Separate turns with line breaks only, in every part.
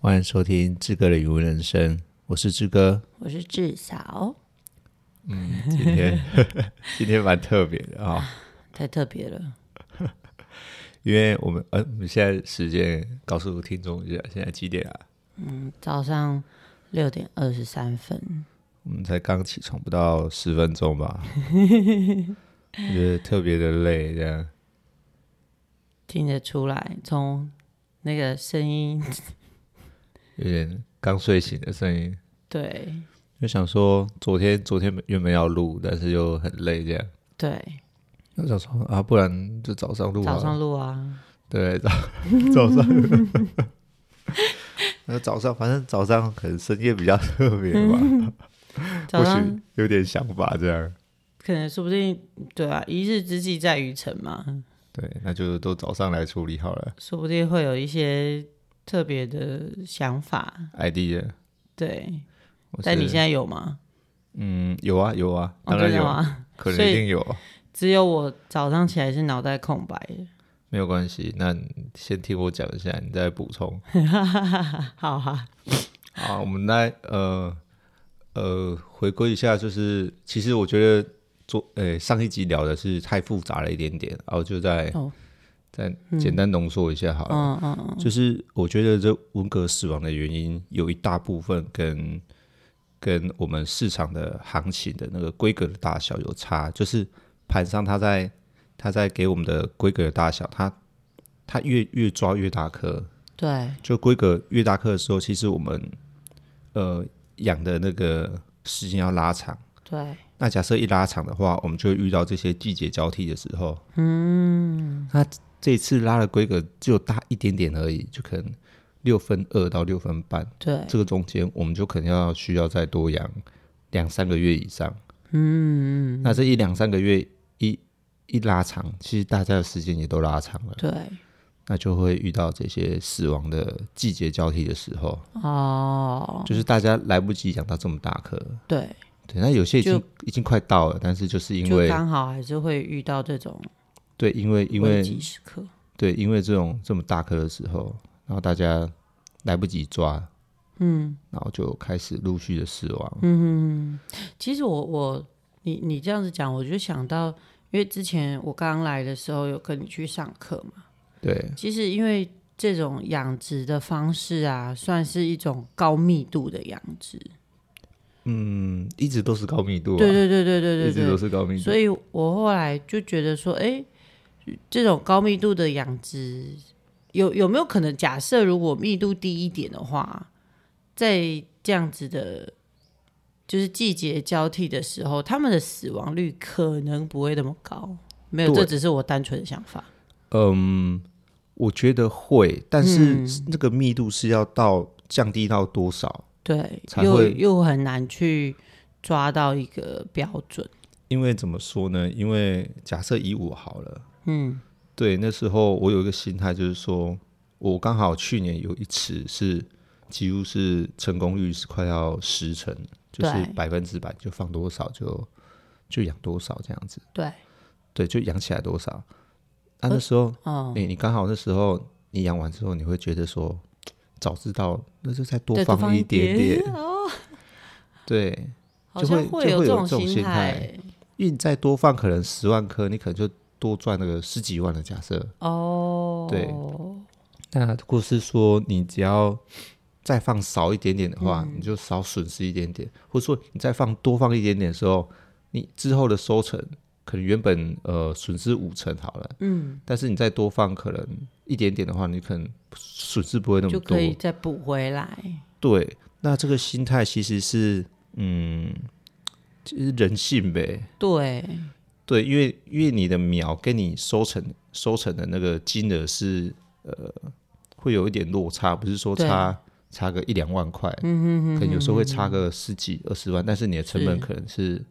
欢迎收听志哥的语文人生，我是志哥。嗯
我是志嫂，
今天 今天蛮特别的啊、
太特别了。
因为我们呃，我们现在时间告诉听众一下，现在几点啊？
嗯，早上六点二十三分，
我们才刚起床不到十分钟 吧，我觉得特别的累，这样
听得出来，从那个声音，
有点刚睡醒的声音。
对
就想说，昨天昨天原本要录，但是又很累，这样。
对，
我想说啊，不然就早上录好
早
了。
上录啊，
对，早早上， 那早上反正早上可能深夜比较特别吧，
早
或
上
许有点想法这样。
可能说不定，对啊，一日之计在于晨嘛，
对，那就都早上来处理好了
说不定会有一些特别的想法。
，idea。
对，
我
但
是
你现在有吗？
嗯，有啊有啊，
哦
当然
真的
有，
吗？
可能
所以
一定有，
只有我早上起来是脑袋空白的。
没有关系。那你先听我讲一下，你再补充。
好啊，
啊，我们来呃呃回归一下，就是其实我觉得昨呃上一集聊的是太复杂了一点点，然后就再、
哦
再简单浓缩一下好了。
嗯嗯嗯，
就是我觉得这文革死亡的原因有一大部分跟跟我们市场的行情的那个规格的大小有差，就是盘商他在他在给我们的规格的大小，他他越越抓越大颗，
对，
就规格越大颗的时候，其实我们呃养的那个时间要拉长。
对，
那假设一拉长的话，我们就会遇到这些季节交替的时候。嗯，那这次拉的规格只有大一点点而已，就可能六分二到六分半，
对，
这个中间我们就可能要需要再多养两三个月以上。嗯，那这一两三个月一一拉长，其实大家的时间也都拉长了，
对，
那就会遇到这些死亡的季节交替的时候，
哦，
就是大家来不及养到这么大颗。
对，
对，那有些已经
就
已经快到了，但是就是因
就
为
刚好还是会遇到这种
对，因为因
危
为
机时刻。
对，因为这种这么大颗的时候，然后大家来不及抓，嗯，然后就开始陆续的死亡，嗯，
其实我我你你这样子讲，我就想到，因为之前我刚来的时候有跟你去上课嘛，
对
其实因为这种养殖的方式啊，算是一种高密度的养殖。
嗯，一直都是高密度、啊，
对对对对对
一
对
直都
对。
是高密度
所，以我后来就觉得说，哎，这种高密度的养殖，有有没有可能？假设如果密度低一点的话，在这样子的，就是季节交替的时候，他们的死亡率可能不会那么高。没有，
对
这只是我单纯的想法。
嗯，我觉得会，但是
嗯
那个密度是要到降低到多少？
对，
才
又
会
又很难去抓到一个标准。
因为怎么说呢？因为假设以我好了，
嗯，
对，那时候我有一个心态，就是说我刚好去年有一次是几乎是成功率是快要十成，就是
对
百分之百就放多少就就养多少这样子，
对，
对，就养起来多少。啊那那时候，
哦，
你、你刚好那时候你养完之后，你会觉得说，早知道那就再多
再多
放
放一
点
点
点，对，
好
就
像
会
会
就
有
会有
种
这种心
心
态
态。
因为你再多放可能十万颗，你可能就多赚那个十几万的假设，
哦，
对那如果是说你只要再放少一点点的话，你就少损失一点点，或者说你再放多放一点点的时候，你之后的收成可能原本呃损失五成好了，
嗯，
但是你再多放可能一点点的话，你可能损失不会那么
就
多
可。以再补回来。
对，那这个心态其实是嗯，其实人性呗。
对，
对，因为因为你的苗跟你收成收成的那个金额是呃会有一点落差，不是说
对
差差个一两万块，嗯嗯嗯，可能有时候会差个十几二十万，但是你的成本
是
可能是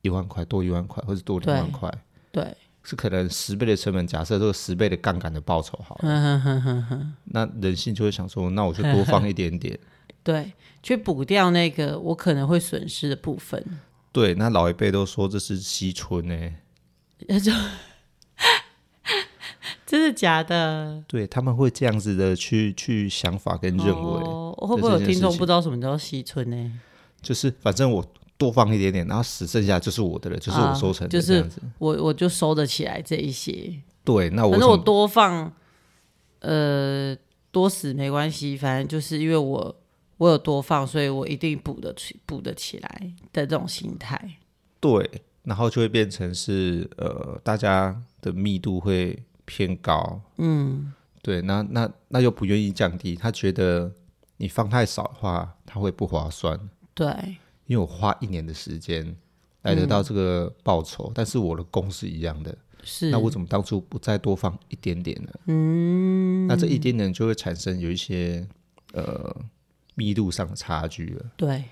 一万块多一万块，或者多两万
对
块，
对，
是可能十倍的成本，假设这个十倍的杠杆的报酬好了，
嗯哼哼哼哼，
那人性就会想说，那我 就多放一点点。
对，去补掉那个我可能会损失的部分。
对，那老一欸辈都说这是惜春呢、
真的假的？
对他们会这样子的去去想法跟认为，
哦、会不会有听众不知道什么叫西村呢、
就是反正我多放一点点，然后死剩下就是我的了，就是我
啊
收成的
就是
这样子。
我我就收得起来这一些，
对，那啊我
反正我
从
多放，呃，多死没关系，反正就是因为我我有多放，所以我一定补得起补得起来的这种心态。
对，然后就会变成是呃，大家的密度会偏高。嗯，对，那那那又不愿意降低，他觉得你放太少的话，他会不划算。
对，
因为我花一年的时间来得
嗯
到这个报酬，但是我的工是一样的，
是
那我怎么当初不再多放一点点呢？嗯，那这一点点就会产生有一些呃密度上的差距了。
对，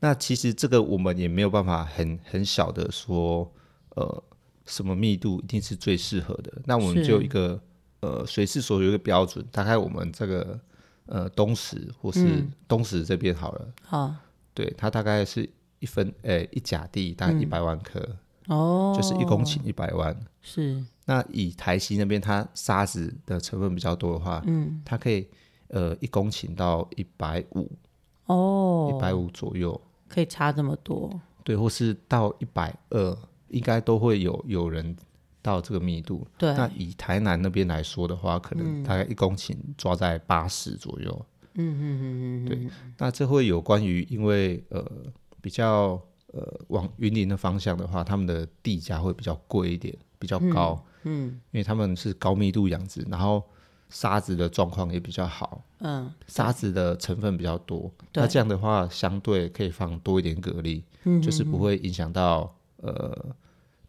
那其实这个我们也没有办法很很小的说，呃，什么密度一定是最适合的。那我们
是
就有一个呃随时所有一个标准，大概我们这个呃东石或是东石这边好了，
嗯好
对，它大概是一分呃一甲地大概一百万颗，
嗯哦，
就是一公顷一百万。
是
那以台西那边它沙子的成分比较多的话，嗯，它可以呃一公顷到一百五一
哦，
百五左右。
可以差这么多，
对，或是到一百二，应该都会有有人到这个密度。
对，
那以台南那边来说的话，可能大概一公顷抓在八十左右。嗯嗯嗯嗯嗯，对。那这会有关于因为呃比较呃往云林的方向的话，他们的地价会比较贵一点，比较高。嗯，因为他们是高密度养殖，然后沙子的状况也比较好，
嗯，
沙子的成分比较多。
对
那这样的话，相对可以放多一点蛤蜊，就是不会影响到呃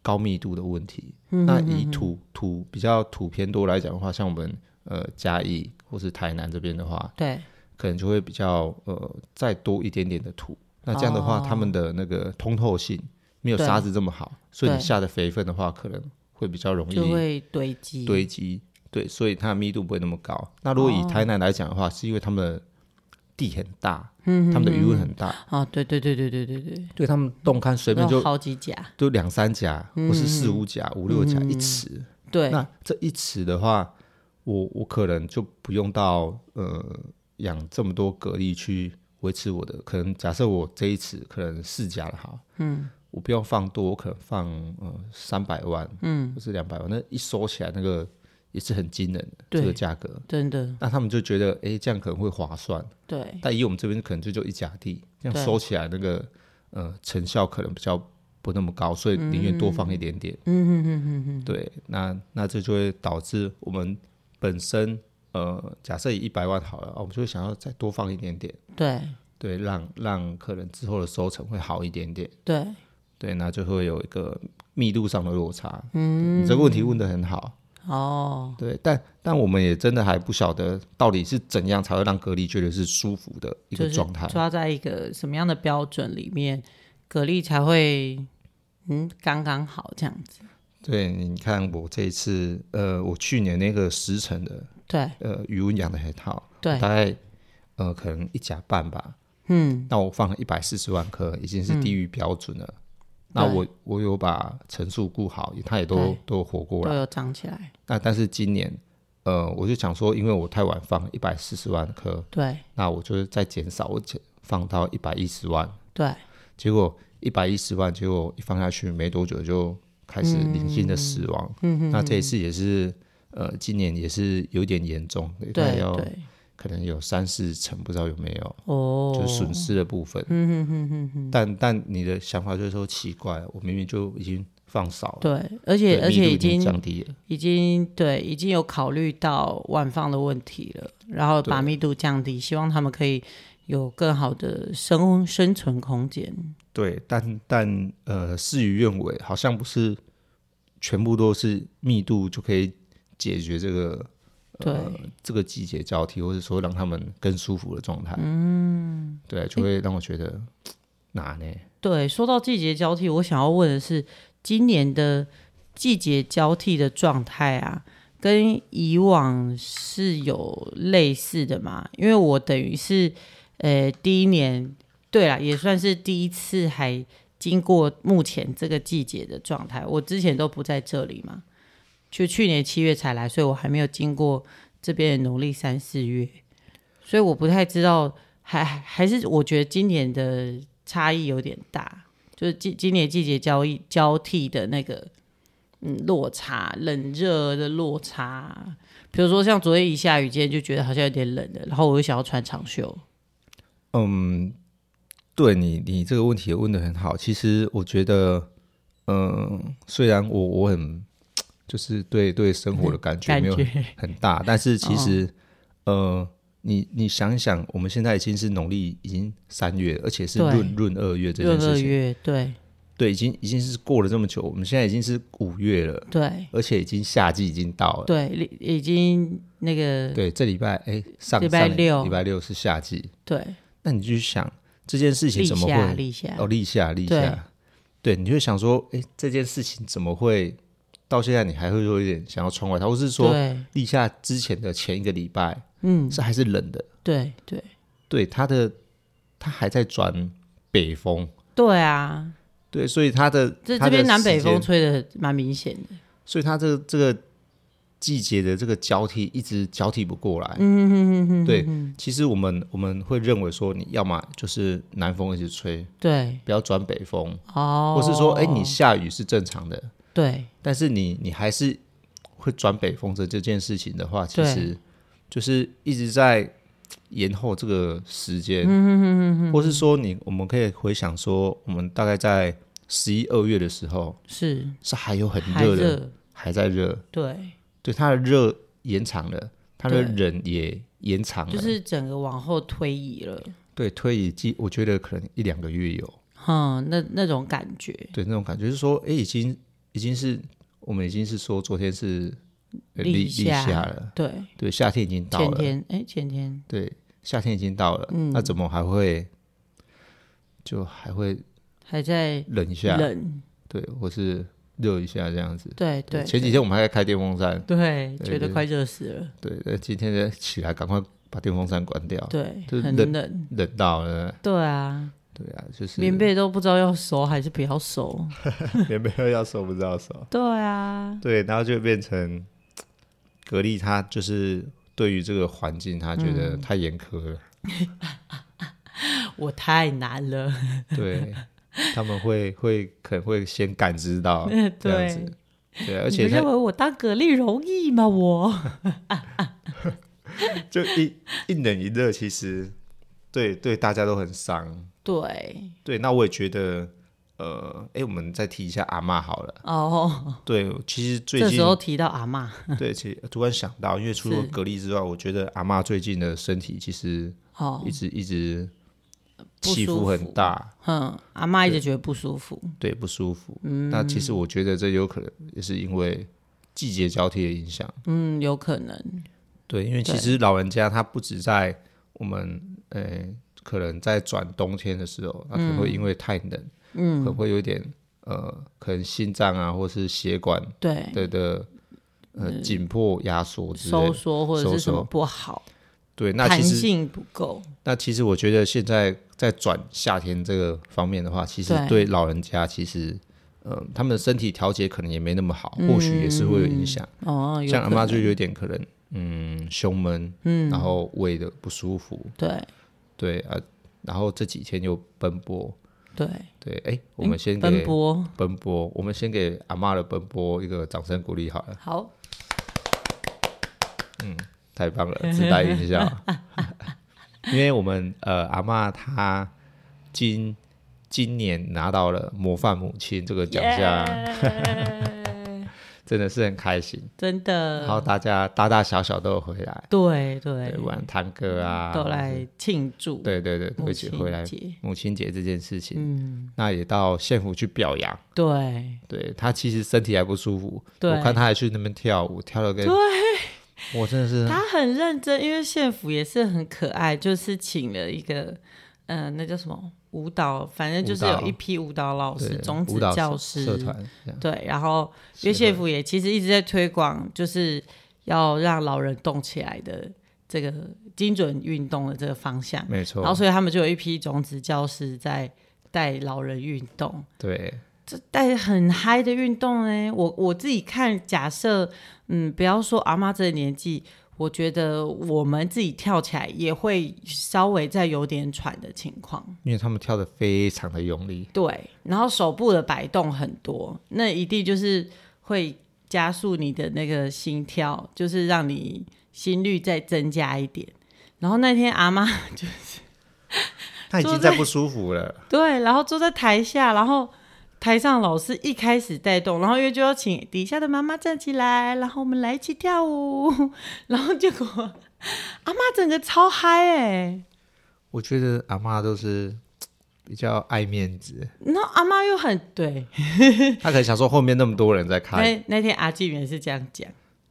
高密度的问题。
嗯
那以土土比较土偏多来讲的话，像我们呃嘉义或是台南这边的话，
对，
可能就会比较呃再多一点点的土。那这样的话，
哦
它们的那个通透性没有
对
沙子这么好，所以你
对
下的肥分的话，可能会比较容
就
易
会堆积，
堆积。对，所以它的密度不会那么高。那如果
哦
以台南来讲的话，是因为他们的地很大，嗯，他们的余温很大，
啊，对对对对对对对，
对他们洞看随便
那种
就
好嗯几甲，
就两三甲，或是四五甲、五六甲、
嗯
一尺。
对，
那这一尺的话，我我可能就不用到呃养这么多蛤蜊去维持我的。可能假设我这一尺可能四甲了哈，嗯，我不用放多，我可能放呃三百万，嗯，或是两百万，那一收起来那个也是很惊人的
对
这个价格。
真的
那他们就觉得，哎、这样可能会划算。
对，
但以我们这边可能就就一甲地，这
对
样收起来那个呃成效可能比较不那么高，所以宁愿多放一点点。嗯嗯嗯嗯对，那那这就会导致我们本身呃，假设以一百万好了，啊我们就会想要再多放一点点，
对
对，让让可能之后的收成会好一点点。
对，
对，那就会有一个密度上的落差。嗯，你这个问题问的很好。
哦，
对，但但我们也真的还不晓得到底是怎样才会让隔离觉得是舒服的一
就
个
是
状态。
抓在一个什么样的标准里面，蛤蜊才会嗯刚刚好这样子，
对，你看我这一次，呃，我去年那个十成的，
对
呃，余温养的很好，
对
大概呃可能一甲半吧，嗯，那我放了一百四十万颗，已经是低于标准了。那
嗯对
我我有把成数顾好，它也都
对
都有活过
都
来。
有长起来，
那但是今年，呃，我就想说，因为我太晚放一百四十万颗，
对
那我就是再减少，我减放到一百一十万。
对
结果一百一十万，结果一放下去没多久就开始
嗯
零星的死亡。那这一次也是，呃，今年也是有点严重，大概
对
要
对，
可能有三四成，不知道有没有，
哦，嗯
就是损失的部分。但但你的想法就是说奇怪，我明明就已经放少了，
对，而
对
且而
密度
且
已
已经
降低了。
已经对已经有考虑到晚放的问题了，然后把
对
密度降低，希望他们可以有更好的生生存空间。
对，但但呃，事与愿违，好像不是全部都是密度就可以解决这个
对，
呃这个季节交替，或者说让他们更舒服的状态。嗯，对，就会让我觉得哪呢？
对，说到季节交替，我想要问的是，今年的季节交替的状态啊，跟以往是有类似的吗？因为我等于是，呃，第一年，对啦，也算是第一次还经过目前这个季节的状态，我之前都不在这里嘛。就去年七月才来，所以我还没有经过这边的农历三四月，所以我不太知道，还还是我觉得今年的差异有点大，就是今今年季节交易交替的那个嗯落差，冷热的落差。比如说像昨天一下雨，今天就觉得好像有点冷了，然后我又想要穿长袖。
嗯，对你，你这个问题也问的很好。其实我觉得，嗯，虽然我我很就是对对生活的感觉
感
没有很
觉
很大，但是其实，
哦
呃，你你想一想，我们现在已经是农历已经三月，而且是
对
闰闰二月这
闰
件事
二
情，
月，对
对，已经已经是过了这么久，我们现在已经是五月了，
对
而且已经夏季已经到了。
对，已已经那个
对，这礼拜哎，上
礼拜
上
六
礼拜六是夏季，
对
那你就去想这件事情
立
怎么
夏
会
立夏，
哦，立夏，立
对
夏，对，你就会想说，哎，这件事情怎么会到现在你还会有一点想要穿外套，或是说
对
立夏之前的前一个礼拜，
嗯，
是还是冷的，
对对
对，它的它还在转北风，
对啊，
对，所以它的
这
它
这
的
边南
时
北
间
风吹的蛮明显的，
所以它这个这个季节的这个交替一直交替不过来。
嗯
对，其实我们我们会认为说，你要么就是南风一直吹，
对
不要转北风，
哦，
或是说，哎、你下雨是正常的，
对
但是你你还是会转北风的这件事情的话，其
对
实就是一直在延后这个时
嗯
间，或是说你我们可以回想说，我们大概在十一二月的时候
是
是还有很
还
热的，
热，
还在热，
对，
对，它的热延长了，它的
对
人也延长了，
就是整个往后推移了，
对推移机，我觉得可能一两个月有，
嗯，那那种感觉，
对那种感觉，就是说，哎，已经已经是我们已经是说昨天是呃
立
立立
夏
夏了，
对，
对，夏天已经到
前
了，
天嗯哎前天
对，夏天已经到了，那怎么还会就还会
还在
冷一下，
冷，
对，或是热一下这样子？
对对，
前几天我们还在开电风扇，
对
对
觉得
对
快热死了，
对，那今天起来赶快把电风扇关掉，
对，
就是
很
冷
冷，
冷到了，
对啊，
对啊，就是
棉被都不知道要收还是不要收，
也没有要收不知道收。
对啊，
对，然后就变成格力，他就是对于这个环境，他觉得
嗯
太严苛了。
我太难了。
对，他们会会可能会先感知 到这样子。对，而
你
且
们认
他
为我当蛤蜊容易吗？我
就一一冷一热，其实对对大家都很伤。
对
对，那我也觉得，呃，哎，我们再提一下阿嬷好了。
哦，
对，其实最
这
近
时候提到阿嬷
对，其实突然想到，因为除了
是
格力之外，我觉得阿嬷最近的身体其实
哦
一，直一直
不
起
舒
伏很
服
大。
嗯，阿嬷一直觉得不舒服，嗯
对不舒服。那其实我觉得这有可能也是因为季节交替的影响。
嗯，有可能，
对，因为其
对
实老人家他不止在我们呃，可能在转冬天的时候，他可能会因为太冷，嗯，可能会有一点呃，可能心脏啊或是血管
对，
的的呃紧迫压缩之类
嗯收
的。
缩或者
收
是什么
缩
不好，
对，那
弹
其实
性不够，
那其实我觉得现在在转夏天这个方面的话，其实对
对
老人家其实。呃，他们的身体调节可能也没那么好，或许也是会有影响。
哦，嗯有
像
可
阿
能
妈就有点可能，嗯，胸闷，嗯，然后胃的不舒服，
对
对啊，然后这几天又奔波，
对，
对，哎，我们先给
奔波
奔波我们先给阿妈的奔波一个掌声鼓励好了，
好，
太棒了，自带音效， 因为我们呃阿妈她今今年拿到了模范母亲这个奖项
耶
真的是很开心，
真
然
的，
后大家大大小小都有回来，
对嗯对嗯
对，，玩堂哥啊，
都来庆祝
对对对，都
母
一起
亲
回来
节，
母亲节这件事情，
嗯，
那也到县府去表扬。
对
对他其实身体还不舒服，
对，
我看他还去那边跳舞，跳了个，我真的是
他很认真，因为县府也是很可爱，就是请了一个，嗯、那叫什么舞蹈，反正就是
舞
有
蹈
一批舞蹈老师、
对
种子
舞蹈
教
社
师，
社团这样，
对，然后因为县府也其实一直在推广，就是要让老人动起来的这个精准运动的这个方向，
没
然后
错，
所以他们就有一批种子教师在带老人运动，
对
这带很嗨的运动呢。我我自己看，假设嗯，不要说阿妈这个年纪，我觉得我们自己跳起来也会稍微再有点喘的情况。
因为他们跳的非常的用力，
对，然后手部的摆动很多，那一定就是会加速你的那个心跳，就是让你心率再增加一点。然后那天阿妈
他已经
坐在
在不舒服了，
对，然后坐在台下，然后台上老师一开始带动，然后因为就要请底下的妈妈站起来，然后我们来一起跳舞， 然后结果阿妈整个超嗨哎、
我觉得阿妈都是比较爱面子，
然后阿妈又很对，
她可能想说后面那么多人在看，
那那天阿纪元是这样讲，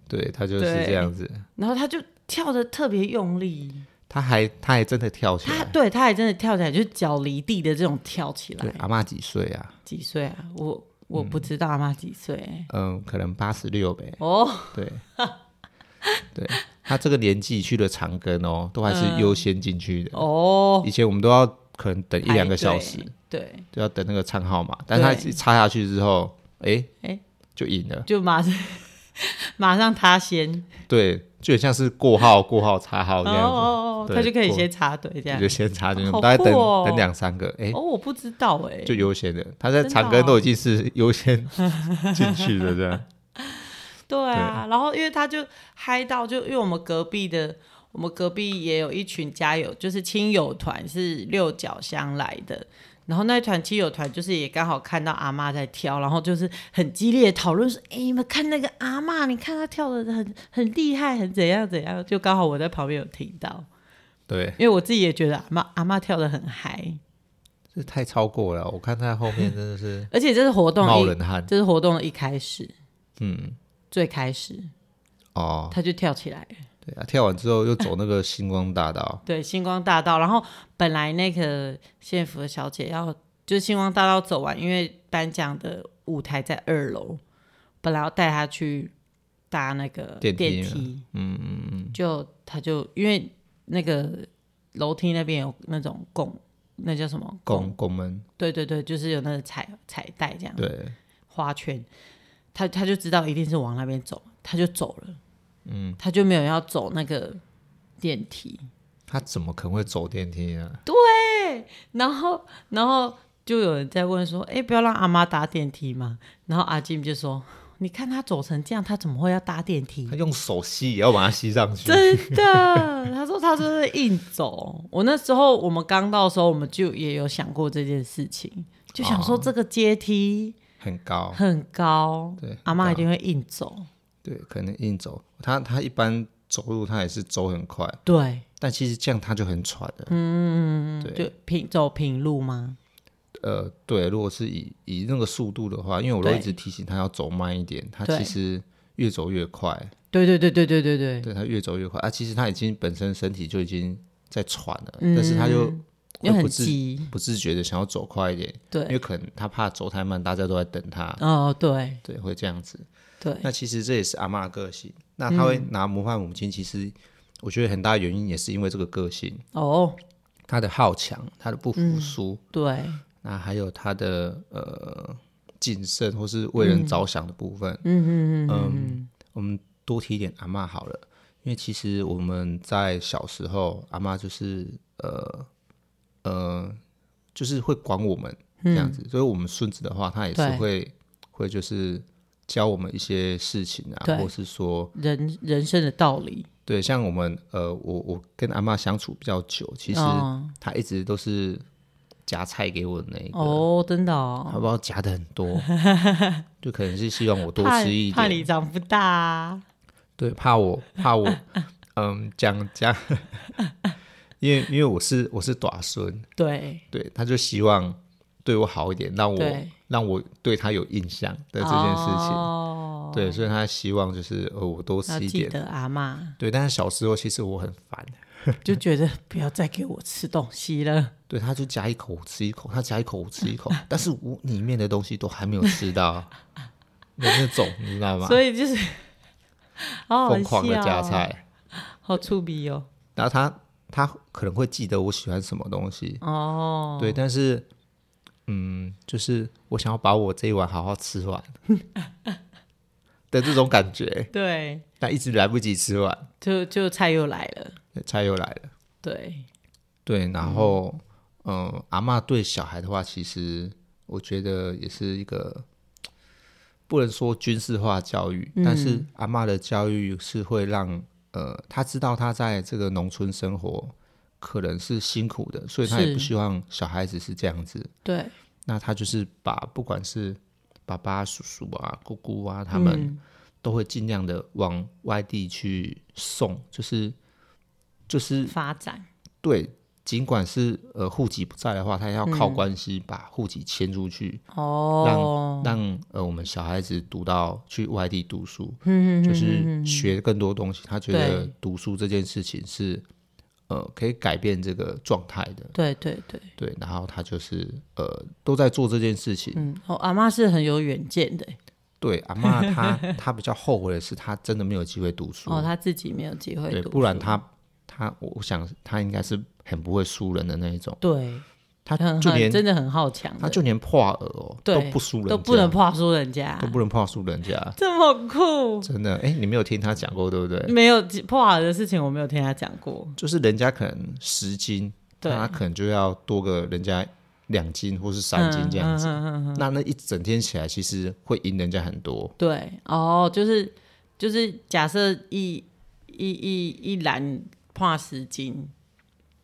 对她就是
对
这样子，
然后他就跳的特别用力，
她还她还真的跳起
他
来。
对他还真的跳起来，就是脚离地的这种跳起
对
来，。
阿妈几岁啊？
几岁啊？我我不知道阿妈几岁、欸
嗯，可能八十六呗。
哦，
对， 对，她这个年纪去了长庚哦，都还
嗯
是优先进去的。
哦，
以前我们都要可能等一两个
排队
小时，，
对，
就要等那个唱号码，但是他
对
插下去之后，哎
哎
就赢了，
就马上 马上他先，
对，就很像是过号过号插号这
哦
样子，
哦哦，
对
他就可以
过
先插队这样
你就。先插进去，
好
大概等
酷哦
等两三个，哎
哦，我不知道哎、
就优先的，他在
真的
长庚
哦
都已经是优 先进去的这样，
对啊，然后因为他就嗨到，就因为我们隔壁的，我们隔壁也有一群家友，就是亲友团是六角乡来的。然后那一团亲友团就是也刚好看到阿妈在跳，然后就是很激烈地讨论说：“哎，你们看那个阿妈，你看她跳的很很厉害，很怎样怎样。”就刚好我在旁边有听到，
对，
因为我自己也觉得阿妈阿妈跳的很嗨，
这太超过了，我看他后面真的 是
而且这是活动
冒
一，
冷汗
这是活动的一开始，
嗯，
最开始
哦，
他就跳起来了。
对啊，跳完之后又走那个星光大道，
对，星光大道。然后本来那个县府的小姐要，就是星光大道走完，因为颁奖的舞台在二楼，本来要带她去搭那个
电梯
电梯，嗯嗯嗯，就她就因为那个楼梯那边有那种拱，那叫什么？
拱拱门，
对对对，就是有那个彩彩带这样
对，
花圈，她她就知道一定是往那边走，她就走了，嗯，她就没有要走那个电梯，
他怎么可能会走电梯啊呢？
然后，然后就有人在问说：“哎，不要让阿妈搭电梯嘛。”然后阿金就说：“你看他走成这样，他怎么会要搭电梯
他用手吸也要把它吸上？”去，
真的，他说他就是硬走。我那时候我们刚到的时候，我们就也有想过这件事情，就想
哦
说这个阶梯
很高。
很高，
哦对啊
阿妈一定会硬走。
对，可能硬走。他他一般走路他也是走很快，
对，
但其实这样他就很喘了。
嗯
对
就平走平路吗？
呃，对，如果是以以那个速度的话，因为我都
对
一直提醒他要走慢一点，他
对
其实越走越快，
对对对对对对对，
对他越走越快啊。其实他已经本身身体就已经在喘了，但是他又会
因为嗯很
不自
急。
不自觉的想要走快一点，因
对，
为可能他怕走太慢，大家都在等他，
哦，对
对，会这样子。
对，
那其实这也是阿妈的个性。那他会拿模范母亲，其实我觉得很大原因也是因为这个个性，
哦，
他的好强，他的不服输，
对，
那还有他的呃谨慎或是为人着想的部分。嗯嗯嗯我们多提一点阿妈好了，因为其实我们在小时候，阿妈就是呃呃，就是会管我们这样子，所以我们孙子的话，他也是
对
会会就是教我们一些事情
对
啊，或是说
人人生的道理。
对，像我们呃，我我跟阿妈相处比较久，其实
哦
她一直都是夹菜给我的那一个，
哦，真的
她
哦，
帮我夹的很 多，就可能是希望我多
怕
吃一
怕
点，
你长不大、啊。
对，怕我怕 我，嗯，讲讲， 因为因为我是我是短孙，
对
对，他就希望对我好一点，让我
对
让我对他有印象的这件事情，
哦，
对，所以他希望就是呃我多
要
吃一
记
点，
得阿妈
对，但是小时候其实我很烦，啊
就觉得不要再给我吃东西了。
对，他就夹一口我吃一口，他夹一口我吃一 口，但是我里面的东西都还没有吃到的那种，你知道吗？
所以就是， 好好
疯狂的
笑
夹
哦，
菜，
好粗鄙哦。
然后他他可能会记得我喜欢什么东西，
哦，
对，但是嗯，就是我想要把我这一碗好好吃完的这种感觉，
对，
但一直来不及吃完，
就就菜又来了，
菜又来了。
对，
对，然后嗯、呃阿嬷对小孩的话，其实我觉得也是一个不能说军事化教育，但是阿嬷的教育是会让呃，她知道她在这个农村生活可能是辛苦的，所以她也
是
不希望小孩子是这样子。
对，
那他就是把不管是爸爸、叔叔啊、姑姑啊，他们都会尽量的往外地去送，就是就是
发展，
对，尽管是呃户籍不在的话，他也要
嗯
靠关系把户籍迁出去，
哦，
让呃我们小孩子读到去外地读书，
嗯
就是学更多东西。他觉得
对
读书这件事情是呃可以改变这个状态的，
对对对，
对。然后他就是呃都在做这件事情，
嗯，哦，阿妈是很有远见的，
对，阿妈她她比较后悔的是，她真的没有机会读书，
哦，她自己没有机会
对，
读
不然
书
她她我我想她应该是很不会输人的那一种，
对，
她
很
就
很
连
真的很好强的，
她就连破耳哦都
对
不输人家，
都不能怕输人家
都，不能破输人家，
这么酷，
真的，哎，你没有听她讲过对不对？
没有破好的事情我没有听她讲过，
就是人家可能十斤，
对
那她可能就要多个人家两斤或是三斤这样
嗯
子，那那一整天起来其实会赢人家很多，
对，哦，就是就是假设一一一一篮怕十斤。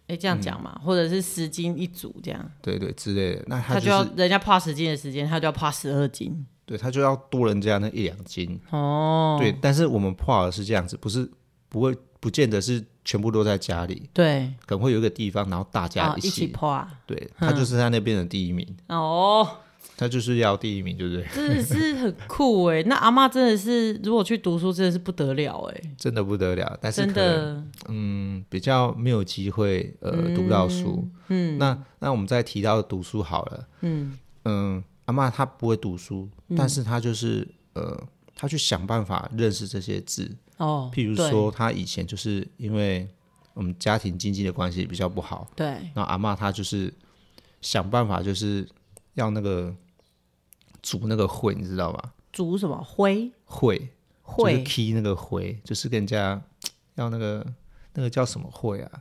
哎，这样讲
嗯
嘛，或者是十斤一组这样，
对对之类的，那她就
他
是
就要人家怕十斤的时间，他就要怕十二斤
对她就要多人家那一两斤。
哦。
嗯对，但是我们破耳是这样子，不是不会不见得是全部都在家里，
对，
可能会有一个地方，然后大家
啊，
一
一起
起。
破啊！
对他就是在那边的第一名，
哦，
他就是要第一名，对不对？
真的是很酷 哎！那阿妈真的是，如果去读书，真的是不得了哎，
真的不得了，但是
真
可能
的
嗯比较没有机会呃、读到书。嗯，那那我们再提到读书好了。嗯阿妈她不会读书，但是她就是呃，她去想办法认识这些字。
哦。
譬如说，她以前就是因为我们家庭经济的关系比较不好，
对，对，
然后阿嬷她就是想办法，就是要那个煮那个会，你知道吧？
煮什么灰
会就是
会？
key 那个会，就是跟人家要那个那个叫什么会啊？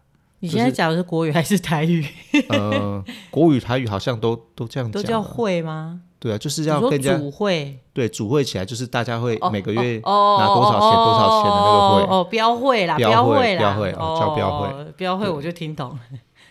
你现在讲的是国语还是台语？
呃，国语、台语好像都都这样
都
讲
叫
啊，
会吗？
对啊，就是
你
要跟
说
人家
煮会
对煮会起来，就是大家会每个月
哦，
拿多少钱多少钱的那个
哦
会。
哦，标会啦，
标
标
会
会啦，
标会哦叫标会
哦，标会我就听懂了。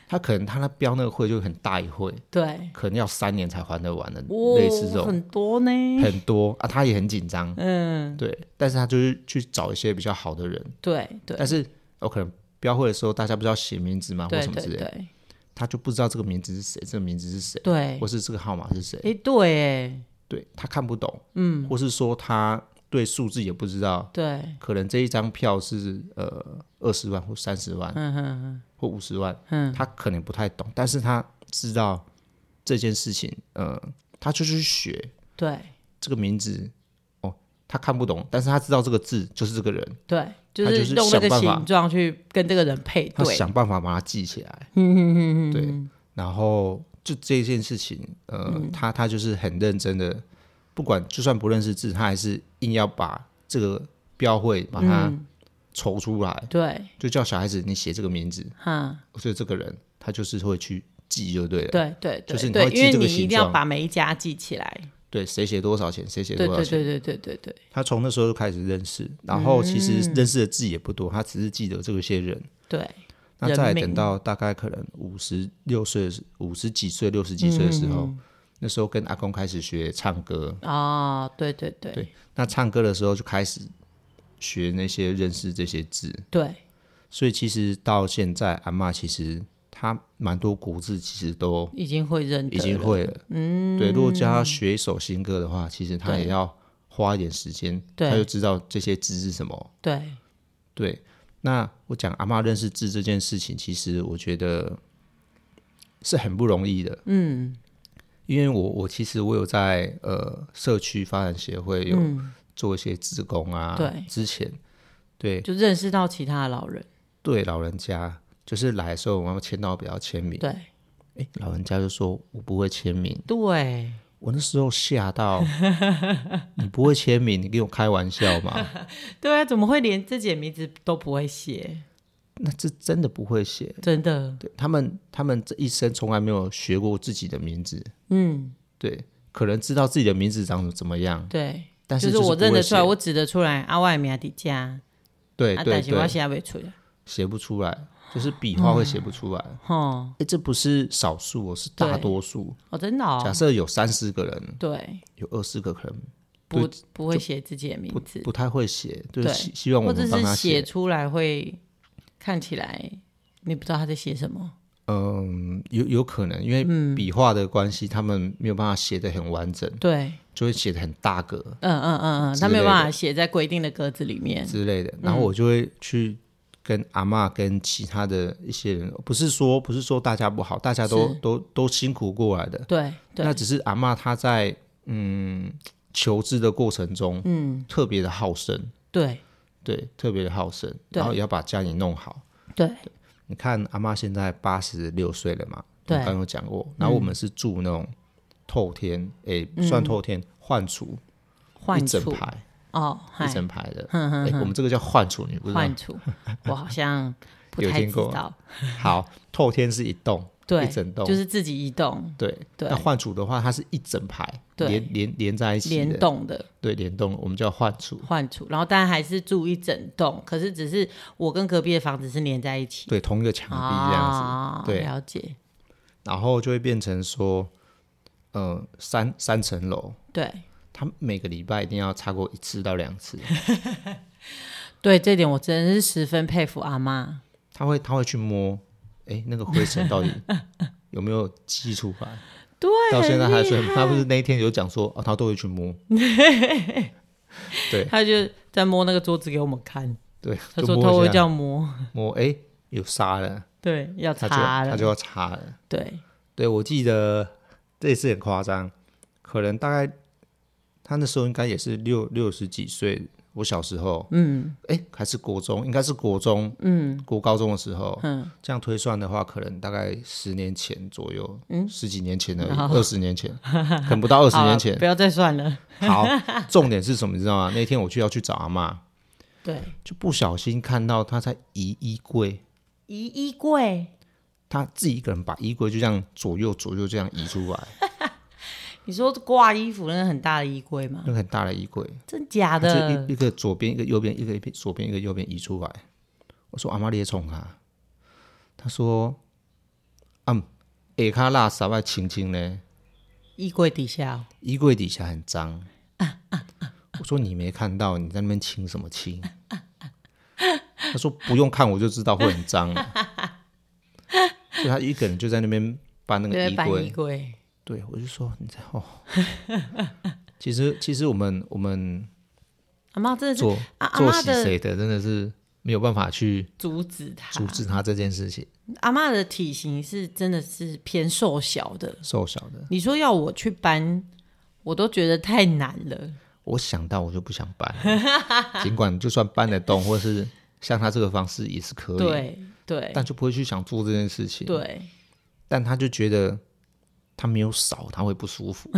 他可能他那标那个会就很大一会，
对，
可能要三年才还得完的，
哦
类似这种。
很多呢，
很多啊，他也很紧张，嗯，对，但是他就是去找一些比较好的人，
对对
但是我、哦可能标会的时候，大家不知道写名字啊嘛，或
对
什么
对
之类的，
对
他就不知道这个名字是谁，这个名字是谁，
对，
或是这个号码是谁，
哎对哎
对他看不懂，嗯，或是说他对数字也不知道，
对，
可能这一张票是呃二十万或三十万，嗯或五十万，嗯，他可能不太懂，但是他知道这件事情，呃，他就去学，
对
这个名字哦，他看不懂，但是他知道这个字就是这个人，
对，就
他就是是
用那
想
个
办法
形状去跟这个人配
他
对，嗯
想办法把它记起来。对，然后就这件事情，呃，
嗯
他他就是很认真的，不管就算不认识字，他还是硬要把这个标会把它
嗯
筹出来，
对，
就叫小孩子你写这个名字，
哈，
所以这个人他就是会去记就对了。
对对
就
对
是你
对，
会记
因为
这个
你一
形
定要
状
把每一家记起来，
对，谁写多少钱，谁写
对
多少
对
钱，
对对对对对嗯
他从那时候就开始认识，然后其实认识的字也不多，他只是记得这些人。
对，
那
人
再来
命
等到大概可能五十六岁的时、五十几岁、六十几岁的时
嗯
候，那时候跟阿公开始学唱歌。
哦，对对对
对那唱歌的时候就开始学那些认识这些字，
对，
所以其实到现在，阿嬷其实她蛮多古字其实都
已经会认得
已经
了，
会了。嗯，对，如果叫她学一首新歌的话，其实她也要花一点时间，
对
她就知道这些字是什么。
对
对，那我讲阿嬷认识字这件事情，其实我觉得是很不容易的。嗯，因为我我其实我有在呃社区发展协会有做一些志工啊，
对
之前对
就认识到其他的老人，
对老人家，就是来的时候我们要签到表要签名，
对
哎，老人家就说我不会签名，
对，
我那时候吓到， 你不会签名，你跟我开玩笑吗？
对啊，怎么会连自己的名字都不会写？
那这真的不会写，
真的，
对他们，他们这一生从来没有学过自己的名字，
嗯，
对，可能知道自己的名字长怎么样，
对，
但
就是
就
我
不
认
会
得出来，
写
我指得出来，啊，我的名底加，
对
啊，
对
但是我
对，
写不出来，
写不出来，就是笔画会写不出来。
吼，
哎，这不是少数哦，是大
对
多数。
哦，真的
假
哦，
设有三十个人，
对，
有二十个可能
不不会写自己的名字，
不太会写，就是
对
希希望我
或者
们帮
是
他
写
写。
出来会看起来你不知道他在写什么，
嗯，有有可能，因
嗯
为笔画的关系，他们没有办法写的很完整，
对，
就会写的很大格
嗯嗯嗯嗯，
之
他没有
类
办
的
法写在规定的格子里面，
之类的。然后我就会去跟阿嬷跟其他的一些人，不是说不是说大家不好，大家都
是
都都辛苦过来的。
对对
那，只是阿嬷她在嗯求知的过程中，嗯，特别的好胜，
对
对，特别的好胜，
对
然后也要把家里弄好。
对
你看阿妈现在八十六岁了嘛，
对嗯
我刚有讲过。然后我们是住那种透天，诶、算透天换厨，
换
一整
处
排
哦，嗨
一整排的。诶，我们这个叫换厨，你不知道
换？处，我好像 不
有
太
听
知
过
道。
好，透天是一栋，
对，
一整栋，
就是自己移动
对。
对
那换厨的话，它是一整排，
对
连连连在一起的，
联动的
对，联动，我们叫换厨。
换处，然后当然还是住一整栋，可是只是我跟隔壁的房子是连在一起
对，嗯同一个墙壁这样子，
啊
对
了解，
然后就会变成说，呃，三三层楼，
对
他每个礼拜一定要擦过一次到两 次，
对，这点我真的是十分佩服阿妈。
他会他会去摸，哎、那个灰尘到 底有没有积出来？
对，
到现在还
很厉
是很他不是那一天有讲说，哦，他都会去 摸，对
他就在摸那个桌子给我们看，
对，
他
就
说他
摸
会
一
这
下
样摸，
摸，哎、有沙了，
对，要
他就
擦
他
了
就，要擦了。
对，
对我记得这一次很夸张，可能大概他那时候应该也是六六十几岁，我小时候，
嗯
哎、还是国中，应该是国中、
嗯
国高中的时候，
嗯，
这样推算的话，可能大概十年前左右，嗯，十几年前而已，
好
二十年前，可能不到二十
好
年
了
前
不。要再算了，
好，重点是什么？你知道吗？那天我去要去找阿嬷，
对，
就不小心看到她在移衣柜，
移衣柜，
她自己一个人把衣柜就这样左右左右这样移出来，
你说挂衣服那个很大的衣柜吗？
那个很大的衣 柜，
真假
她
的
就一？一个左边一个右边一个一边左边一个右边移出来。我说阿妈你冲她，她说，嗯，下骹垃圾要清清呢。
衣柜底下哦、
衣柜底下很脏。我说你没看到，你在那边清什么清？他说不用看我就知道会很脏了，所以他一个人就在那边搬那个
对，
衣
搬衣
柜。
柜，
对，我就说你在哦。其实其实我们我们
阿妈真的是
做
啊阿
做
妈
洗
的
谁的真的是没有办法去
阻止他
阻。止他这件事情，
阿妈的体型是真的是偏瘦小的，
瘦小的。
你说要我去搬，我都觉得太难了。
我想到我就不想搬了， 尽管就算搬得动，或是像他这个方式也是可以。
对对
但就不会去想做这件事情。，
对，
但他就觉得他没有少，他会不舒 服，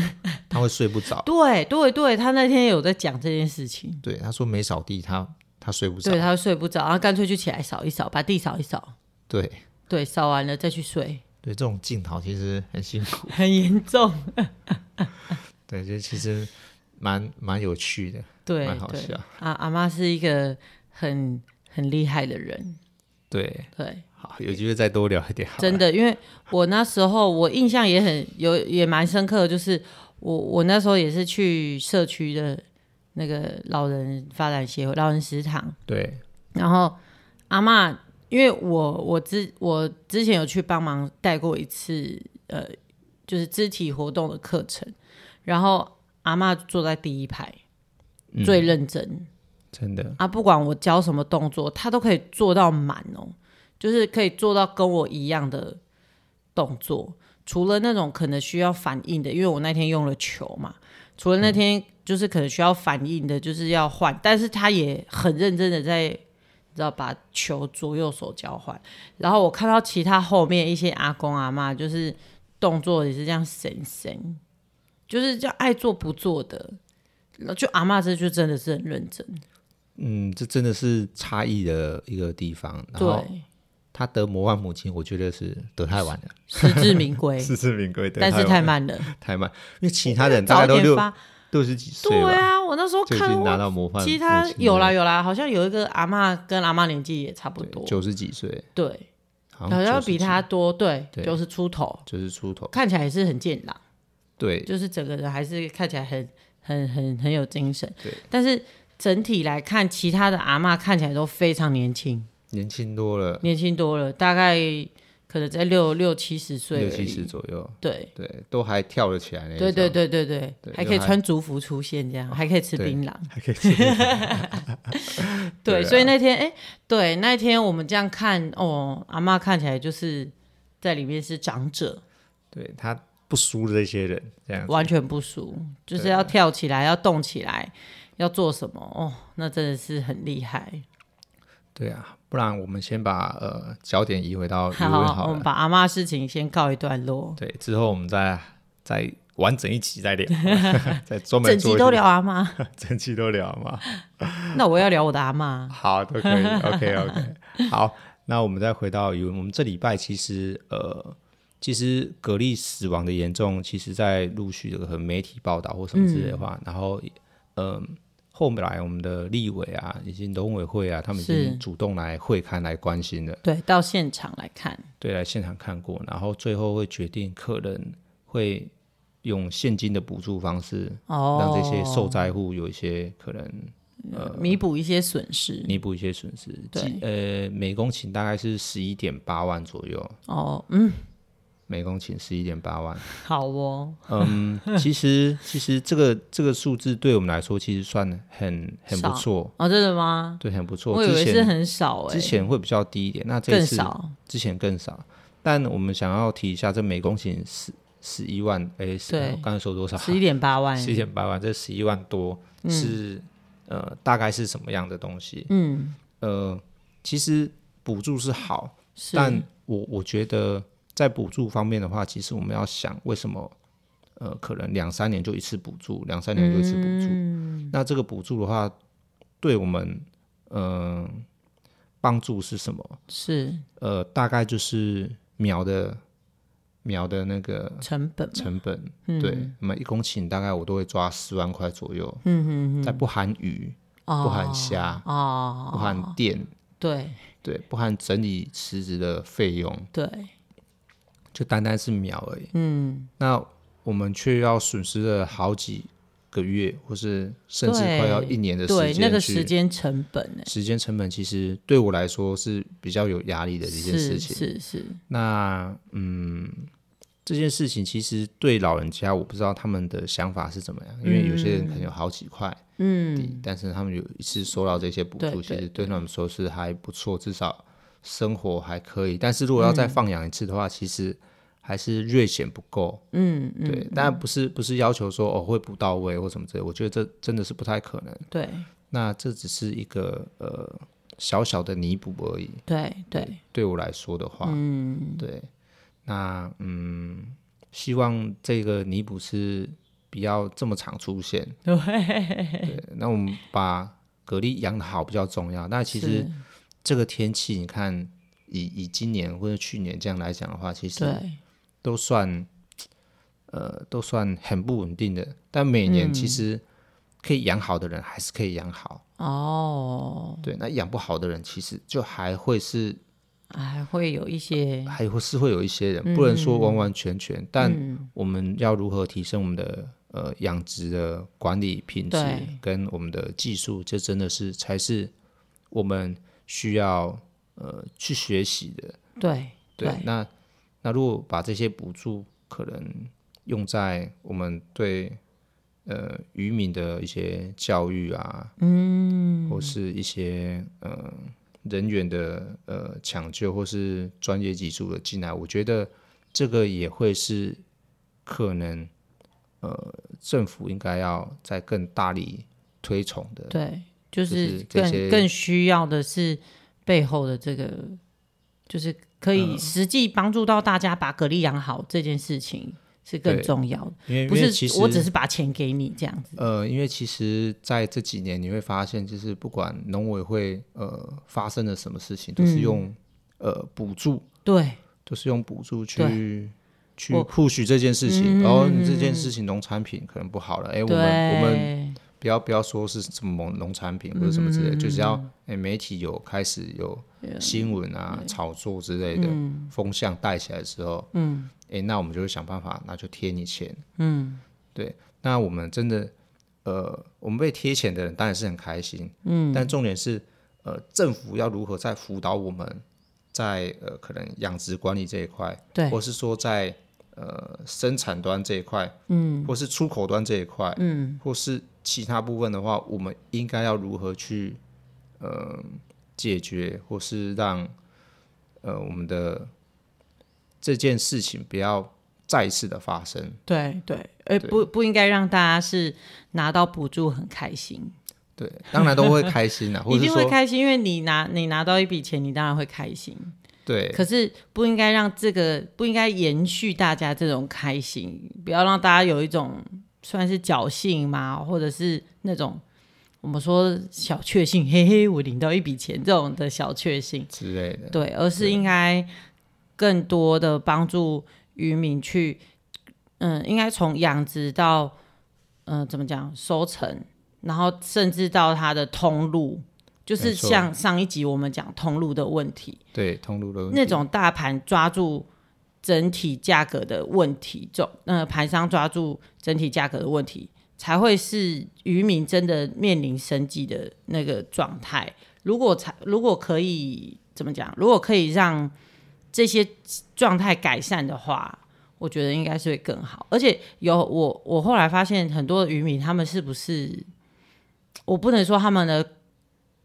他会睡不着。
对对对，他那天有在讲这件事情，
对，他说没扫地，他他睡不着
对。他会睡不着，然后干脆就起来扫一扫，把地扫一扫，
对
对，扫完了再去 睡，
对，这种镜头其实很辛苦。
很严重。
对，就其实蛮蛮有趣的，
对
蛮好
对，
笑。
啊，阿妈是一个很很厉害的人，
对，
对，
好，有机会再多聊一点好了。
真的，因为我那时候我印象也很有，也蛮深刻的，就是我我那时候也是去社区的那个老人发展协会、老人食堂，
对
然后阿嬷，因为我我之我之前有去帮忙带过一次，呃，就是肢体活动的课程，然后阿嬷坐在第一排，
嗯
最认真，
真的，
啊，不管我教什么动作，他都可以做到满哦，就是可以做到跟我一样的动作，除了那种可能需要反应的，因为我那天用了球嘛，除
嗯
了那天就是可能需要反应的，就是要换，但是他也很认真的在知道把球左右手交换。然后我看到其他后面一些阿公阿妈，就是动作也是这样神神，就是叫爱做不做的。然后就阿妈这就真的是很认真，
嗯，这真的是差异的一个地方。然后
对，
他得魔幻母亲，我觉得是得太晚了，，
实至名归
实至名归，得
但是
晚
太慢了，
太慢，因为其他人大
早
概都
点
六
发。
六十几岁
对
吧，
啊，我那时候
就已
看
经拿
过，
到魔幻母亲
其
了。
他有啦有啦，好像有一个阿妈跟阿妈年纪也差不多，
九十几岁，
对，
好
好像
要
比他多，对，
对
九十出头，
九十出头，
看起来也是很健朗，
对，
就是整个人还是看起来很很很很有精神
对，
但是整体来看，其他的阿妈看起来都非常年轻，
年轻多了，
年轻多了，大概可能在六六七十岁而
六
已，
七十左右，
对。
对，都还跳得起来那一
对对
种，
对对对，
对
还可以
就还
穿族服出现，这样还可以吃
对
槟榔，
还可以吃面包 对
对，
啊
所以那天，哎、对，那天我们这样看，哦，阿嬷看起来就是在里面是长者，
对他不输这些人这样子，
完全不输，就是
对啊
要跳起来，要动起来，要做什么，哦，那真的是很厉害。
对啊，不然我们先把呃焦点移回到余
好，
温好啊
我
了
们，把阿嬷事情先告一段落，
对，之后我们再再完整一集再 聊，再专门做
整集
一
都
集，
聊阿嬷，
整集都聊嘛，
那我要聊我的阿嬷。
好，都可以 ，OK OK，好，那我们再回到余温，我们这礼拜其实呃。其实蛤蜊死亡的严重，其实在陆续的和媒体报道或什么之类的
嗯
话，然后呃后来我们的立委啊，以及农委会啊，他们已
是
经主动来会刊来关心了，
对，到现场来看，
对，来现场看过，然后最后会决定可能会用现金的补助方式，
哦，
让这些受呃灾户有一些可能
弥补一些损失，
弥补一些损失。
对
计呃，每公顷大概是十一点八万左右，
哦，嗯，
每公顷十一点八万。
好哦，
嗯，其实其实这个这个数字对我们来说，其实算很很不
少
错，
哦，真的吗？
对，很不错。
我以为
之
是
前
很少哎、
之前会比较低一点，那这
更
次
少，
之前更少。但我们想要提一下，这每公顷十十一万，哎、是
对
我刚才说多少？
十一点八万，
十一点八万，这十一万多是、呃，大概是什么样的东西？
嗯，
呃，其实补助是好，
是，
但我我觉得在补助方面的话，其实我们要想为什么。呃，可能两三年就一次补助，两三年就一次补助。
嗯
那这个补助的话，对我们呃帮助是什么？
是
呃，大概就是苗的苗的那个
成本嘛，
成本，
嗯
对，那么一公顷大概我都会抓十万块左右，嗯嗯嗯，再不含鱼，不含虾，
哦，
不含电，
对
对，不含整理池子的费用，
对，
就单单是苗而已。
嗯，
那我们却要损失了好几个月，或是甚至快要一年的时
对，那
间
个时
去。
间成本呢，欸
时间成本其实对我来说是比较有压力的一件事
是
情，
是是，
那嗯，这件事情其实对老人家，我不知道他们的想法是怎么样，因为有些人可能有好几块地，
嗯，
但是他们有一次收到这些补
对
助，其
对
实对他们说是还不错，至少生活还可以。但是如果要再放养一次的话，其实还是略显不够。
嗯嗯，
对，当然不是不是要求说哦会不到位或什么之类，我觉得这真的是不太可能。
对
那这只是一个呃小小的弥补而已。
对对，
对我来说的话，嗯，对，那嗯，希望这个弥补是不要这么常出现。对，那我们把蛤蜊养得好比较重要。那其实
是
这个天气，你看以以今年或者去年这样来讲的话，其实
对
都算呃都算很不稳定的。但每年
嗯
其实可以养好的人还是可以养好，
哦，
对，那养不好的人其实就还会是
还会有一些，
还会是会有一些人，不能说完完全全，但我们要如何提升我们的呃养殖的管理品质
对
跟我们的技术，这真的是才是我们需要呃去学习的。
对
对，
对
那那如果把这些补助可能用在我们对呃渔民的一些教育啊，嗯，或是一些呃人员的呃抢救或是专业技术的进来，我觉得这个也会是可能呃政府应该要在更大力推崇的。
对，
就
就
是是这
更
些
更需要的是背后的这个，就是可
嗯
以实际帮助到大家把蛤蜊养好这件事情是更
对
重要的，
因为
不
因为其
是
实
我只是把钱给你这样子。
呃，因为其实在这几年你会发现，就是不管农委会呃发生了什么事情，都
嗯
是用、呃补助，
对，
都是用补助去
对
去
我嗯
push 这件事情。然后你这件事情农产品可能不好了，哎，我
对，
们我们不要不要说是什么农农产品或者什么之类，就只要哎媒体有开始有新闻啊、炒作之类的风向带起来的时候，嗯，哎，那我们就会想办法，那就贴你钱，嗯，对，那我们真的呃，我们被贴钱的人当然是很开心，嗯，但重点是呃，政府要如何在辅导我们在呃可能养殖管理这一块，
对
或是说在呃生产端这一块，嗯，或是出口端这一块，嗯，或是其他部分的话，我们应该要如何去呃解决，或是让呃我们的这件事情不要再次的发生。
对对，哎、不不应该让大家是拿到补助很开心，
对，当然都会开心 啦，或
一
者
定会
说
开心，因为你拿你拿到一笔钱，你当然会开心。
对，
可是不应该让这个不应该延续大家这种开心，不要让大家有一种算是侥幸嘛，或者是那种我们说小确幸，嘿嘿，我领到一笔钱这种的小确幸，
之类的。
对，而是应该更多的帮助渔民去，嗯，应该从养殖到，嗯、怎么讲，收成，然后甚至到它的通路，就
没
是
错
像上一集我们讲通路的问题，
对，通路的问题
那种大盘抓住整体价格的问题，总呃盘商抓住整体价格的问题，才会是渔民真的面临生计的那个状态。如果才如果可以怎么讲？如果可以让这些状态改善的话，我觉得应该是会更好。而且有我我后来发现很多的渔民，他们是不是我不能说他们的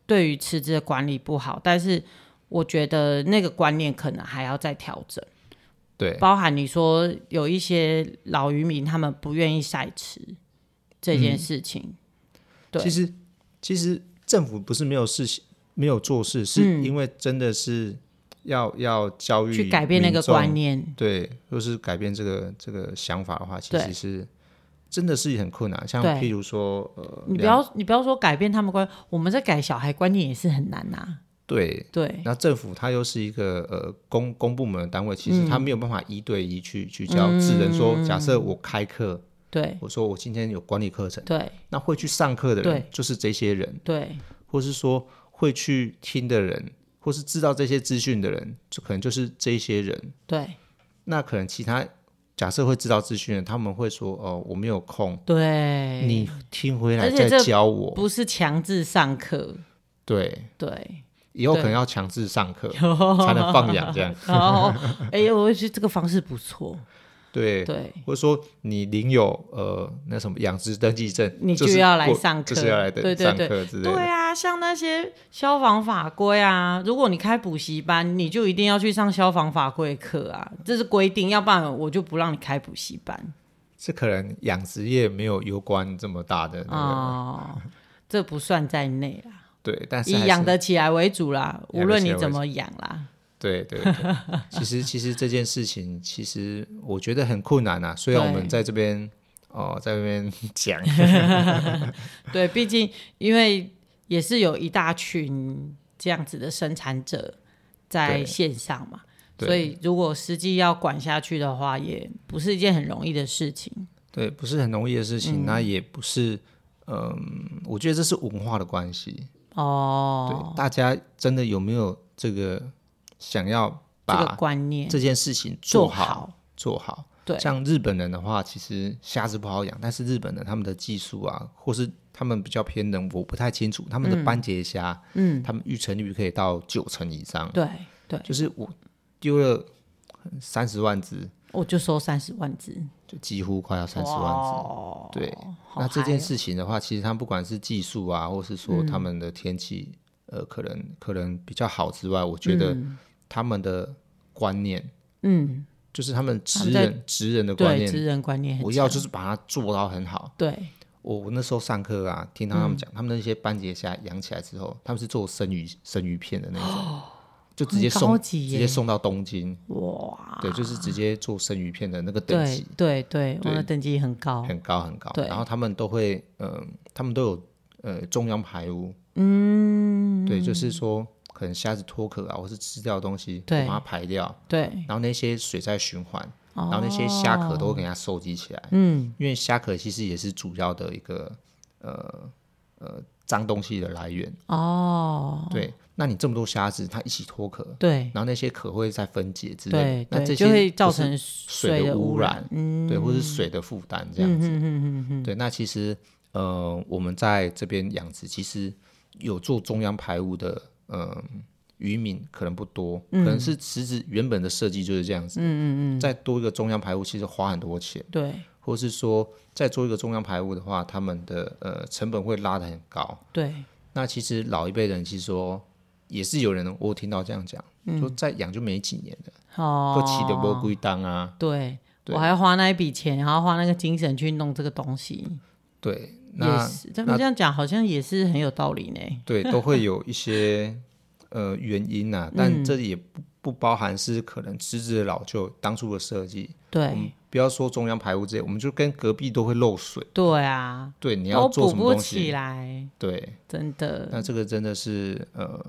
对于辞职的管理不好，但是我觉得那个观念可能还要再调整，
对
包含你说有一些老渔民他们不愿意晒池这
嗯
件事情，对
其实其实政府不是没有事情没有做事，是因为真的是要、要教育
嗯去改变那个
民众
观，念，
对，就是改变这个这个想法的话，其
对
实是真的是很困难。像
对
譬如说，呃，
你不
两
要你不要说改变他们观，我们在改小孩观念也是很难呐、啊
对。
对
那政府它又是一个呃公公部门的单位，其实它
嗯
没有办法一对一去去教，只能说假设我开课，
对
我说我今天有管理课程，
对
那会去上课的人
对
就是这些人，
对
或是说会去听的人，或是知道这些资讯的人，就可能就是这些人。
对
那可能其他假设会知道资讯的，他们会说：“哦，我没有空，
对，
你听回来
而且
再
这
教我。
不是强制上课，”
对，
对，
以后可
对
能要强制上 课才能放养，这样
哦，哎、我觉得这个方式不错，
对。
对
或者说你领有呃那什么养殖登记证，
你
是
就要来
过
上
就是
课
要来
对对
上
对
课之类
对
的。
啊，像那些消防法规啊，如果你开补习班，你就一定要去上消防法规课啊，这是规定，要不然我就不让你开补习班
这可能养殖业没有攸关这么大的那个，
哦，这不算在内啦，
对，但是还
以
是
养得起来为主啦，
养得
无论
起来
你
为
怎
主
么养啦，
对对对，其实其实这件事情，其实我觉得很困难啊。虽然我们
对
在这边哦，在这 边讲，
对，毕竟因为也是有一大群这样子的生产者在
对
线上嘛，
对
所以如果实际要管下去的话，也不是一件很容易的事情。
对，不是很容易的事情，那也不是，嗯，我觉得这是文化的关系。
哦，
对，大家真的有没有这个想要
这个
把
观念
这件事情
做
好？
好，
做好。
对
像日本人的话，其实虾子不好养，但是日本人他们的技术啊，或是他们比较偏冷，我不太清楚。他们的斑节虾，嗯，他们育成率可以到九成以上。
对对，
就是我丢了三十万只，
我就收三十万只，
就几乎快要三十万
哦，
只。对，
好
那这件
嗨哦嗯
事情的话，其实他们不管是技术啊，或是说他们的天气，呃，可能可能比较好之外，我觉得
嗯
他们的观念，嗯，就是他们
他
职
们在
人职人的观
对
念，
职人观念很
我要就是把它做到很好。
对
我我那时候上课啊，听到
嗯
他们讲，他们那些班级虾养起来之后，他们是做生鱼生鱼片的那种，就直接
哦很
送
高
直
级耶
接送到东京，
哇，
对，就是直接做生鱼片的那个等
对
级
对对，
对
我的等级很高，
很高很高。
对
然后他们都会，呃，他们都有呃中央排污，嗯，对，就是说可能虾子脱壳啊，或是吃掉的东西，
对
我把它排掉，
对，
然后那些水在循环，然后那些虾壳都会给它收集起来，
哦嗯，
因为虾壳其实也是主要的一个呃呃脏东西的来源。
哦，
对，那你这么多虾子，它一起脱壳，
对
然后那些壳会再分解之类
对
的，那这
对，
些
就会造
都是
成
水
的
的
污
污染，，嗯，对，或是水的负担这样子。对，那其实呃，我们在这边养殖，其实有做中央排污的，嗯、渔民可能不多，可能是池子原本的设计就是这样子，嗯嗯嗯嗯，再多一个中央排污，其实花很多钱，
对
或是说再做一个中央排污的话，他们的呃成本会拉得很高，
对
那其实老一辈人其实说，也是有人我有听到这样讲，说再养就没几年了，
哦，
都起的不归当啊。
对。
对
我还要花那一笔钱，然后花那个精神去弄这个东西，
对，
也
那
是他们这样讲，好像也是很有道理呢。
对都会有一些呃原因呐、啊，
嗯
但这也不不包含是可能资质的老旧当初的设计。我们
对
不要说中央排污这些，我们就跟隔壁都会漏水。
对啊，
对，你要
都
做
补
什么
不
东
起
西？
来，
对，
真的。
那这个真的是呃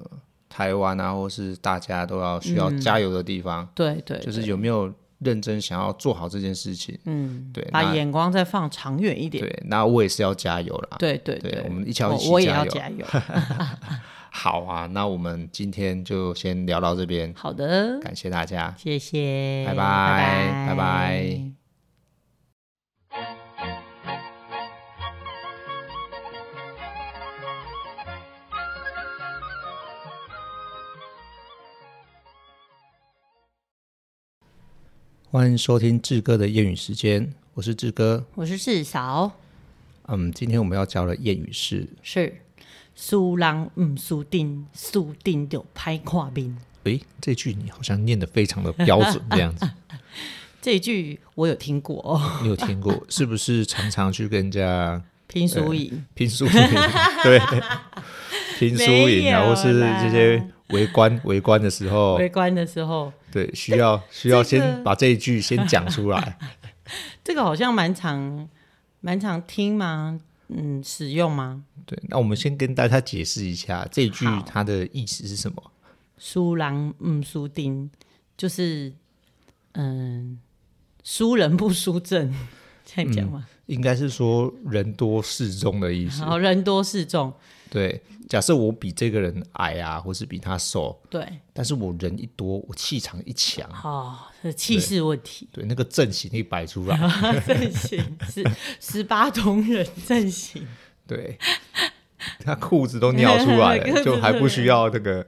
台湾啊，或是大家都要需要加油的地方，
对嗯对，
就是有没有认真想要做好这件事情。
嗯，
对，
把
那
眼光再放长远一点。
对，那我也是要加油啦。
对对
对，我们一起要一
我
起
我也
加
要
油。
加油。
好啊，那我们今天就先聊到这边，
好的，
感谢大家。
谢谢，
拜拜拜
拜
拜欢迎收听志哥的谚语时间，我是志哥。
我是四嫂，
嗯，今天我们要教的谚语是
是输人唔输阵，输阵就歹看面。
诶，这句你好像念得非常的标准，这 样子，
这一句我有听过 哦，
你有听过？是不是常常去跟人家
拼输赢。
拼输 赢？对，拼输赢啊，
没有
或是
啦
这些围观围观的时候，
围观的时候，
对，需要需要
这个
先把这一句先讲出 来。
这个好像蛮常蛮常听吗？嗯，使用吗？
对，那我们先跟大家解释一下这一句
好
它的意思是什么。
输人唔输阵，就是嗯，输人不输阵， 这样讲吗？
应该是说人多势众的意 思
然。后人多势众，
对，假设我比这个人矮啊，或是比他瘦，
对，
但是我人一多，我气场一强，
哦，是气势问 题，
对，那个阵型一摆出 来，
阵型是十八铜人阵型，
对，他裤子都尿出来
裤子
了，
都
就还不需要那个。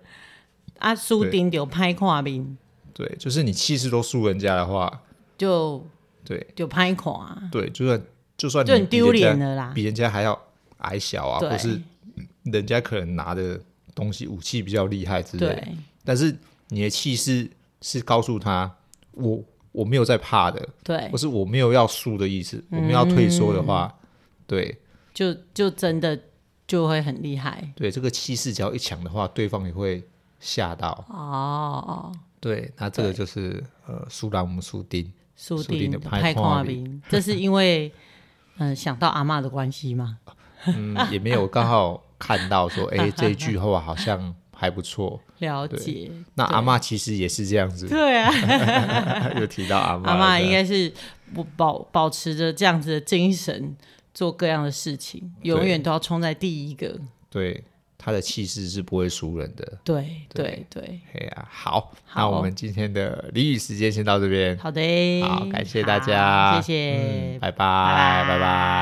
啊，输顶就拍看面，
对，就是你气势都输人家的话，
就
对
就拍看啊，
对，就算就算你
就很
比
丢
人家
脸了啦，
比人家还要矮小啊，
对
或是人家可能拿的东西武器比较厉害之类的，
对
但是你的气势是告诉他，我我没有在怕的，
对
或，是我没有要输的意思，
嗯
我没有要退缩的话，对
就就真的就会很厉害
对，这个气势只要一强的话，对方也会吓到。
哦，
对，那这个就是呃，苏拉姆苏丁，
输
输阵
顶
就
就
歹
拍
看
看
面
面，这是因为嗯想到阿嬷的关系嘛，
嗯，也没有刚好看到说， 哎、这一句话好像还不错。
了解，
那阿嬷其实也是这样子，
对啊。
有提到阿嬷，
阿妈
对
应该是不保保持着这样子的精神，做各样的事情，永远都要冲在第一个。
对他的气势是不会输人的。
对对对，
哎呀、好，
好
那我们今天的俚语时间先到这边，
好的，
好，感谢大家，
好谢谢，
嗯拜拜，
拜
拜拜。